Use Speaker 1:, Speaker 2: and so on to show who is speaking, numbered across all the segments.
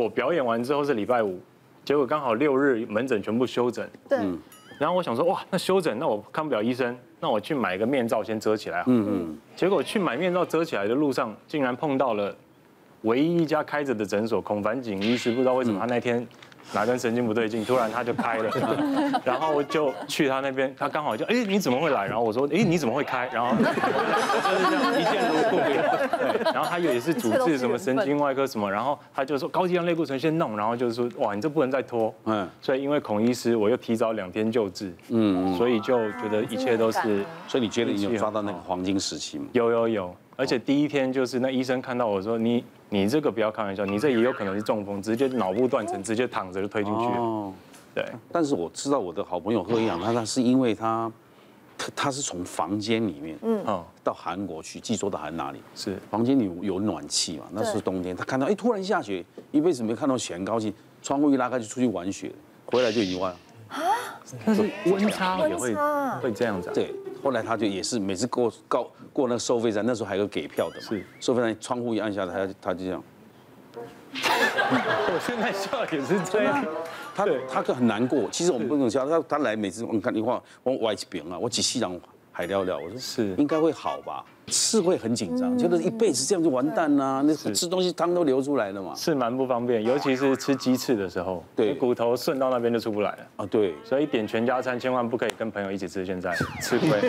Speaker 1: 我表演完之后是礼拜五，结果刚好六日门诊全部休诊，
Speaker 2: 对，
Speaker 1: 然后我想说，哇，那休诊，那我看不了医生，那我去买个面罩先遮起来。嗯嗯。结果去买面罩遮起来的路上，竟然碰到了唯一一家开着的诊所——孔凡景医师。不知道为什么他那天哪根神经不对劲，突然他就开 了，然后就去他那边，他刚好就，哎，你怎么会来？然后我说，哎，你怎么会开？然后 就是这样一见如 故。对，然后他也是主治什么神经外科什么，然后他就说高剂量类固醇先弄，然后就是说，哇，你这不能再拖。
Speaker 3: 嗯
Speaker 1: 嗯。所以因为孔医师，我又提早两天就治，嗯，所以就觉得一切都
Speaker 2: 真的很
Speaker 1: 是
Speaker 2: 感
Speaker 3: 所以你觉得你有抓到那个黄金时期吗？
Speaker 1: 有有有，而且第一天就是那医生看到我说你你这个不要开玩笑，你这也有可能是中风，直接脑部断层，直接躺着就推进去了。
Speaker 3: 哦，
Speaker 1: 对，
Speaker 3: 但是我知道我的好朋友贺一阳，他他是因为他他他是从房间里面嗯
Speaker 1: 嗯，
Speaker 3: 到韩国去，济州岛还是哪里？
Speaker 1: 是
Speaker 3: 房间里有暖气嘛，那是冬天，他看到哎突然下雪，一辈子没看到雪，很高兴，窗户一拉开就出去玩雪，回来就意外了。
Speaker 1: 但是温差也
Speaker 2: 温
Speaker 1: 会
Speaker 2: 差
Speaker 1: 会这样子、啊。
Speaker 3: 对，后来他就也是每次过过过那个收费站，那时候还有给票的嘛，
Speaker 1: 是
Speaker 3: 收费站窗户一按下，他他就这样，
Speaker 1: 我现在笑也是这样。
Speaker 3: 他他可很难过。其实我们不能笑，他他来每次我看你话往歪一边啊，我几细人海聊聊，我说
Speaker 1: 是
Speaker 3: 应该会好吧，是会很紧张，觉得一辈子这样就完蛋啦、
Speaker 4: 嗯
Speaker 3: 那吃东西汤都流出来了嘛。
Speaker 1: 是蛮不方便，尤其是吃鸡翅的时候，
Speaker 3: 对
Speaker 1: 你骨头顺到那边就出不来了。
Speaker 3: 啊，对，
Speaker 1: 所以点全家餐千万不可以跟朋友一起吃，现在吃亏。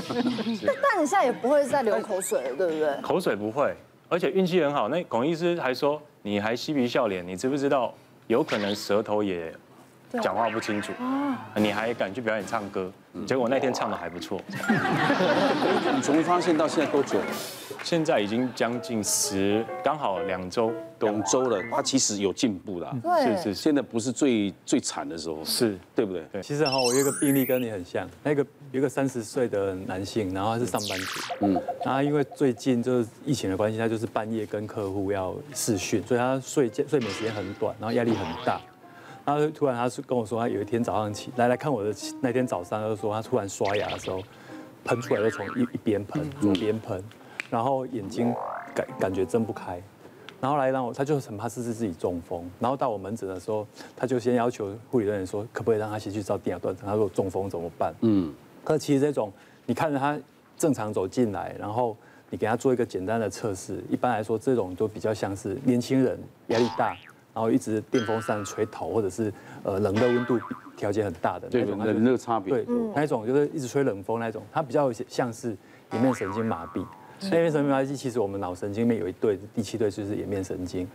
Speaker 1: 是
Speaker 2: 但你现在也不会再流口水了，对不对？
Speaker 1: 口水不会，而且运气很好。那孔医师还说你还嬉皮笑脸，你知不知道有可能舌头也讲话不清楚？啊你还敢去表演唱歌？结果那天唱的还不错，
Speaker 3: 你从发现到现在多久了？
Speaker 1: 现在已经将近十，刚好两周多。
Speaker 3: 两周了，他其实有进步啦。
Speaker 2: 对，
Speaker 1: 是是是
Speaker 3: 现在不是最最惨的时候，
Speaker 1: 是，
Speaker 3: 对不对？
Speaker 1: 对
Speaker 4: 其实哈，我有一个病例跟你很像，那个有一个三十岁的男性，然后他是上班族，嗯，然后因为最近就是疫情的关系，他就是半夜跟客户要视讯，所以他睡觉睡眠时间很短，然后压力很大。然后突然他是跟我说，他有一天早上起来来看我的起那天早上，他就说他突然刷牙的时候喷出来，就从一一边
Speaker 3: 嗯
Speaker 4: 喷，左边喷，然后眼睛感感觉睁不开，然后来让我，他就很怕是自己中风，然后到我门诊的时候，他就先要求护理人员说，可不可以让他先去照电脑断层，他说中风怎么办？嗯，可其实这种，你看着他正常走进来，然后你给他做一个简单的测试，一般来说这种都比较像是年轻人压力大，然后一直电风扇吹头，或者是呃冷热温度调节很大的那
Speaker 3: 对
Speaker 4: 种，他就
Speaker 3: 冷热差别
Speaker 4: 对，那一种就是一直吹冷风那一种，它比较像是颜面神经麻痹。那颜面神经麻痹，其实我们脑神经里面有一对，第七对就是颜面神经。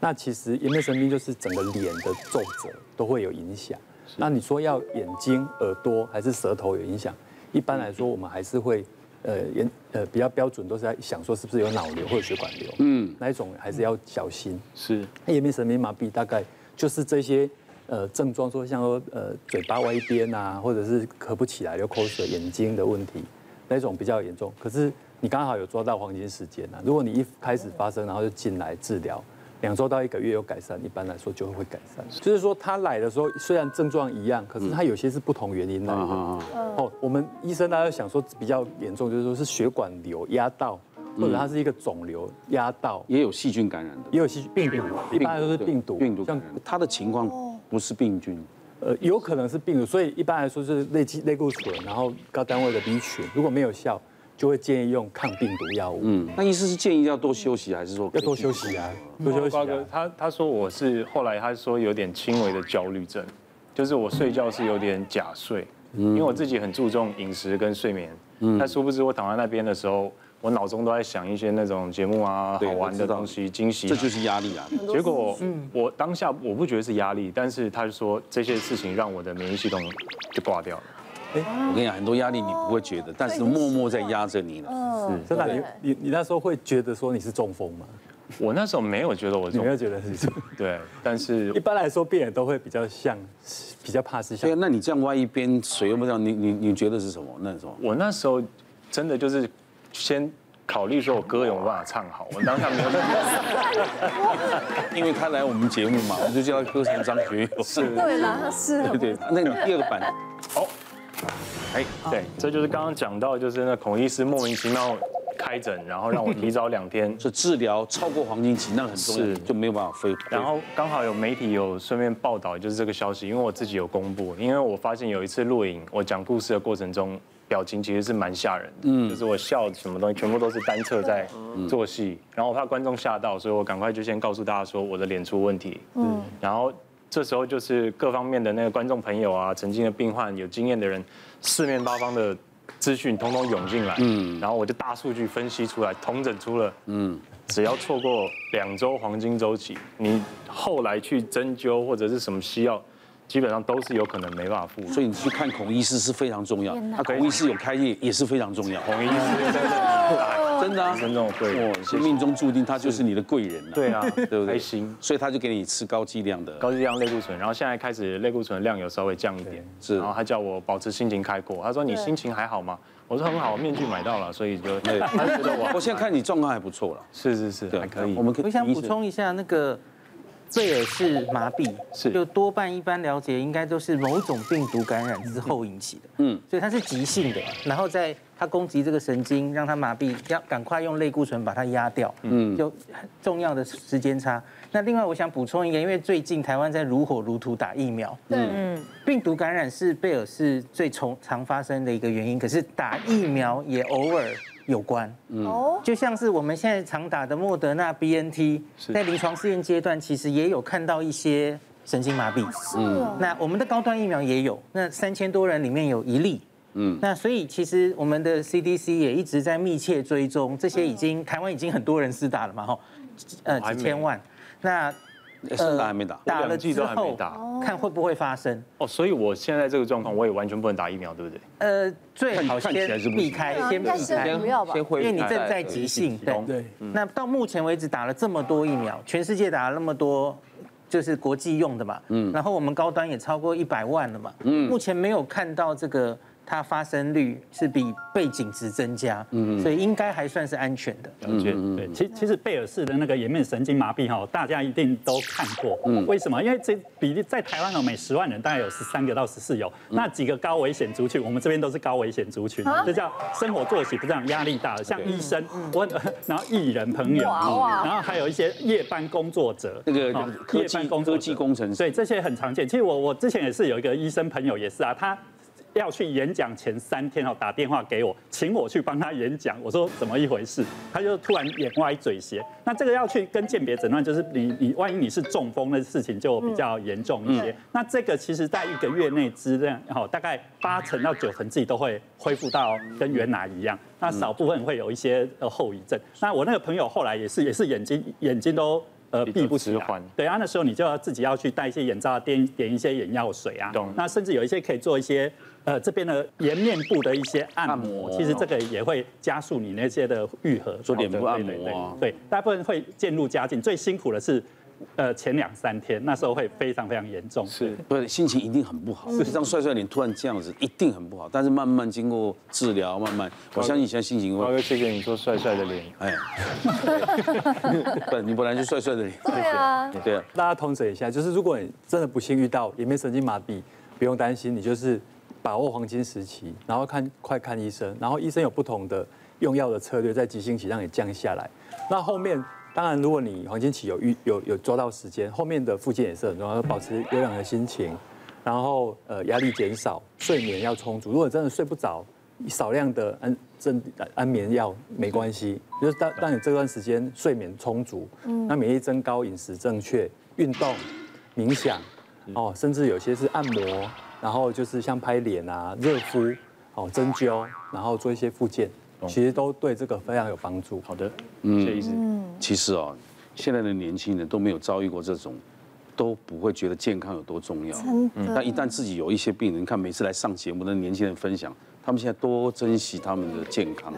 Speaker 4: 那其实颜面神经就是整个脸的皱褶都会有影响。那你说要眼睛、耳朵还是舌头有影响？一般来说，我们还是会。呃，研呃比较标准都是在想说是不是有脑瘤或者血管瘤，嗯，那一种还是要小心。
Speaker 1: 是
Speaker 4: 那颜面神经麻痹大概就是这些呃症状，说像说呃嘴巴歪一边啊，或者是咳不起来、流口水、眼睛的问题，那种比较严重。可是你刚好有抓到黄金时间啊，如果你一开始发生，然后就进来治疗。两周到一个月有改善，一般来说就会改善。就是说，他来的时候虽然症状一样，可是他有些是不同原因来的。哦，我们医生大家想说比较严重，就是说是血管瘤压到，或者它是一个肿瘤压到，
Speaker 3: 也有细菌感染的，
Speaker 4: 也有细病毒，一般来说是病毒，
Speaker 3: 病毒感
Speaker 4: 像
Speaker 3: 染。他的情况不是病菌，
Speaker 4: 呃有可能是病毒，所以一般来说就是类基类固醇，然后高单位的 B 群，如果没有效，就会建议用抗病毒药物，
Speaker 3: 嗯，那医师是建议要多休息，还是说
Speaker 4: 要多休？息啊，
Speaker 3: 嗯
Speaker 4: 多休息
Speaker 1: 瓜
Speaker 4: 啊。
Speaker 1: 哥，他他说我是后来他说有点轻微的焦虑症，就是我睡觉是有点假睡，因为我自己很注重饮食跟睡眠，但殊不知我躺在那边的时候，我脑中都在想一些那种节目啊、
Speaker 3: 对
Speaker 1: 好玩的东西、惊喜啊、
Speaker 3: 这就是压力啊，
Speaker 1: 结果，我当下我不觉得是压力，但是他就说这些事情让我的免疫系统就挂掉了。
Speaker 3: 我跟你讲，很多压力你不会觉得，但是默默在压着你了。
Speaker 2: 嗯，
Speaker 4: 真的啊，你你你那时候会觉得说你是中风吗？
Speaker 1: 我那时候没有觉得我
Speaker 4: 你
Speaker 1: 中
Speaker 4: 没，有觉得是中？
Speaker 1: 对，但是
Speaker 4: 一般来说，病人都会比较像，比较怕是
Speaker 3: 对啊，
Speaker 4: 像
Speaker 3: 那你这样歪一边水又不掉，你你你觉得是什么？那是什么？
Speaker 1: 我那时候真的就是先考虑说我歌有没有办法唱好，我当下没有。
Speaker 3: 因为他来我们节目嘛，我们就叫他歌神张学友。是，
Speaker 2: 对啦，他是
Speaker 3: 对对。那你第二个版，
Speaker 1: 哎，对，这就是刚刚讲到，就是那孔医师莫名其妙开诊，然后让我提早两天
Speaker 3: 是治疗超过黄金期，那个很重要，
Speaker 1: 是
Speaker 3: 就没有办法恢复。
Speaker 1: 然后刚好有媒体有顺便报道，就是这个消息，因为我自己有公布，因为我发现有一次录影，我讲故事的过程中，表情其实是蛮吓人的，嗯，就是我笑什么东西全部都是单侧在做戏，然后我怕观众吓到，所以我赶快就先告诉大家说我的脸出问题，嗯，然后这时候就是各方面的那个观众朋友啊，曾经的病患、有经验的人，四面八方的。资讯通通涌进来，嗯，然后我就大数据分析出来，统整出了，嗯，只要错过两周黄金周期，你后来去针灸或者是什么西药，基本上都是有可能没办法复 原。
Speaker 3: 所以你去看孔医师是非常重要，那孔医师有开业也是非常重要，
Speaker 1: 孔医师真的
Speaker 3: 真的啊，
Speaker 1: 真正的贵人
Speaker 3: 哦，是命中注定他就是你的贵人了，
Speaker 1: 对啊，
Speaker 3: 对不对？
Speaker 1: 开心。
Speaker 3: 所以他就给你吃高剂量的，
Speaker 1: 高剂量类固醇，然后现在开始类固醇的量有稍微降一点，
Speaker 3: 是
Speaker 1: 然后他叫我保持心情开阔，他说你心情还好吗？我说很好，面具买到了，所以就
Speaker 3: 对，
Speaker 1: 他觉得我
Speaker 3: 我现在看你状况还不错了，
Speaker 1: 是是是
Speaker 3: 对，啊
Speaker 1: 还可以
Speaker 3: 我。们可以
Speaker 5: 我想
Speaker 3: 医
Speaker 5: 补
Speaker 3: 生
Speaker 5: 充一下，那个贝尔氏麻痹
Speaker 1: 是
Speaker 5: 就多半一般了解应该都是某种病毒感染之后引起的，嗯，所以它是急性的，然后在它攻击这个神经，让它麻痹，要赶快用类固醇把它压掉，嗯，有很重要的时间差。那另外我想补充一个，因为最近台湾在如火如荼打疫苗，
Speaker 2: 对，
Speaker 5: 病毒感染是贝尔氏最常常发生的一个原因，可是打疫苗也偶尔有关，
Speaker 2: 哦，
Speaker 5: 就像是我们现在常打的莫德纳 BNT，在临床试验阶段，其实也有看到一些神经麻痹。
Speaker 2: 嗯，
Speaker 5: 那我们的高端疫苗也有，那三千多人里面有一例。嗯，那所以其实我们的 CDC 也一直在密切追踪这些已经
Speaker 2: 嗯
Speaker 5: 台湾已经很多人施打了嘛，哈，呃，
Speaker 1: 还
Speaker 5: 几
Speaker 1: 没
Speaker 5: 千万。那
Speaker 3: 诶是哎
Speaker 1: 呃
Speaker 3: 打还没打？
Speaker 5: 打
Speaker 1: 我
Speaker 5: 了
Speaker 1: 两剂
Speaker 5: 之
Speaker 1: 都还没
Speaker 5: 后
Speaker 1: 打，
Speaker 5: 看会不会发生？
Speaker 1: 哦，所以我现在这个状况，我也完全不能打疫苗，对不对？
Speaker 5: 呃，最好
Speaker 3: 看看起来
Speaker 5: 先
Speaker 3: 是不
Speaker 5: 避
Speaker 3: 行
Speaker 5: 开，
Speaker 2: 对啊
Speaker 5: 先避
Speaker 2: 应该是
Speaker 5: 开。
Speaker 2: 不要吧
Speaker 6: 先
Speaker 5: 因
Speaker 6: 回
Speaker 5: 为你正在急性，对
Speaker 1: 对
Speaker 4: 对，
Speaker 5: 那到目前为止打了这么多疫苗，全世界打了那么多，就是国际用的嘛，嗯，然后我们高端也超过一百万了嘛，嗯，目前没有看到这个它发生率是比背景值增加，嗯，所以应该还算是安全的。
Speaker 1: 了解，
Speaker 3: 嗯
Speaker 1: 对
Speaker 4: 对，其其实贝尔氏的那个颜面神经麻痹哈，大家一定都看过。
Speaker 3: 嗯
Speaker 4: 为什么？因为这比例在台湾哦，每十万人大概有十三个到十四有。
Speaker 3: 嗯
Speaker 4: 那几个高危险族群，我们这边都是高危险族群，
Speaker 2: 啊
Speaker 4: 这叫生活作息不正常、压力大，像医生，我然后艺人朋友，
Speaker 2: 嗯哇哇
Speaker 4: 然后还有一些夜班工作者，
Speaker 3: 那个
Speaker 4: 哦
Speaker 3: 科
Speaker 4: 夜
Speaker 3: 技
Speaker 4: 班工
Speaker 3: 科
Speaker 4: 作
Speaker 3: 技
Speaker 4: 者
Speaker 3: 工程师，
Speaker 4: 对，这些很常见。其实我我之前也是有一个医生朋友也是啊，他要去演讲前三天哦，打电话给我，请我去帮他演讲。我说怎么一回事？他就突然眼歪嘴斜。那这个要去跟鉴别诊断，就是你你万一你是中风的事情就比较严重一
Speaker 1: 嗯
Speaker 4: 些。那这个其实在一个月内之内，哦，大概八成到九成自己都会恢复到跟原来一样。那少部分会有一些呃后遗症。那我那个朋友后来也是也是眼睛眼睛都。呃，
Speaker 1: 比较
Speaker 4: 闭不起
Speaker 1: 迟
Speaker 4: 来
Speaker 1: 缓
Speaker 4: 对啊，那时候你就要自己要去戴一些眼罩啊，点点一些眼药水啊。
Speaker 1: 懂
Speaker 4: 那甚至有一些可以做一些呃这边的颜面部的一些按摩，
Speaker 3: 按摩
Speaker 4: 其实这个也会加速你那些的愈合。
Speaker 3: 做脸部按摩啊
Speaker 4: 对对对对，大部分会渐入佳境。最辛苦的是。呃，前两三天那时候会非常非常严重，
Speaker 1: 是。
Speaker 3: 不是心情一定很不好，这张帅帅脸突然这样子，一定很不好。但是慢慢经过治疗，慢慢，我相信现在心情
Speaker 1: 瓜
Speaker 3: 会，
Speaker 1: 哥，谢谢你说帅帅的脸，
Speaker 3: 哎，不，你本来就帅帅的脸，
Speaker 2: 对啊，
Speaker 3: 对啊，
Speaker 4: 大家通知一下，就是如果你真的不幸遇到颜面神经麻痹，不用担心，你就是把握黄金时期，然后看快看医生，然后医生有不同的用药的策略，在急性期让你降下来。那后面当然，如果你黄金期有遇有有抓到时间，后面的复健也是很重要，保持有氧的心情，然后呃压力减少，睡眠要充足。如果真的睡不着，少量的安镇安眠药没关系，就是当当你这段时间睡眠充足，
Speaker 1: 嗯
Speaker 4: 那免疫增高、饮食正确、运动、冥想，
Speaker 1: 嗯
Speaker 4: 哦，甚至有些是按摩，然后就是像拍脸啊、热敷、
Speaker 1: 嗯
Speaker 4: 哦针灸，然后做一些复健，其实都对这个非常有帮助。
Speaker 1: 好的，谢谢医生。
Speaker 3: 其实哦，现在的年轻人都没有遭遇过这种，都不会觉得健康有多重要。
Speaker 2: 真的
Speaker 3: 但一旦自己有一些病人，你看每次来上节目的年轻人分享，他们现在多珍惜他们的健康。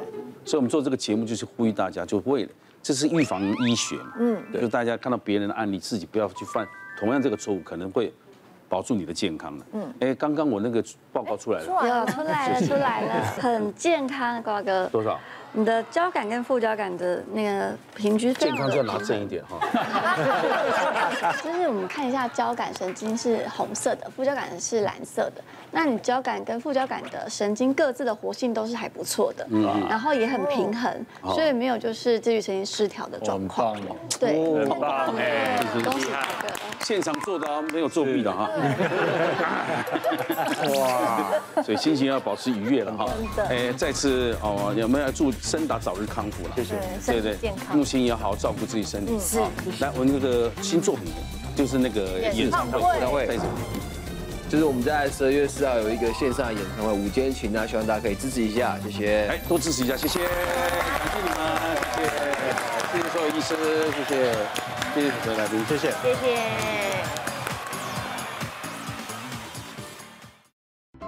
Speaker 3: 所以我们做这个节目就是呼吁大家，就为了这是预防医学嘛，嗯，就大家看到别人的案例，自己不要去犯同样这个错误，可能会保住你的健康的。嗯，哎，刚哦
Speaker 2: 啊
Speaker 3: 刚我那个报告出来了，
Speaker 7: 有出来了，出来了，很健康，瓜哥。
Speaker 3: 多少？
Speaker 6: 你的交感跟副交感的那个平均非
Speaker 3: 健
Speaker 6: 常
Speaker 3: 康
Speaker 6: 的
Speaker 3: 就要
Speaker 6: 平
Speaker 3: 拿
Speaker 6: 衡
Speaker 3: 正一点哈。
Speaker 7: 就是我们看一下交感神经是红色的，副交感是蓝色的。那你交感跟副交感的神经各自的活性都是还不错的，
Speaker 1: 嗯
Speaker 3: 啊
Speaker 7: 然后也很平衡，所以没有就是自律神经失调的状况。对，
Speaker 1: 哦很棒哎，
Speaker 7: 恭喜大哥。
Speaker 3: 现场做的啊，没有作弊的哈。 哇，所以心情要保持愉悦了哈。哎，再次哦，我们要祝森达早日康复了。谢谢。对对，健康。木嗯星也要好好照顾自己身体。是。来，我那个新作品就是那个演唱会，演唱会。
Speaker 8: 就是我们在十二月四号有一个线上演唱会《午间情》啊，希望大家可以支持一下，谢谢。
Speaker 3: 哎，多支持一下，谢谢，感谢你们，谢谢，谢谢所有医师，谢谢，谢谢主持人来宾，谢谢。
Speaker 9: 谢谢。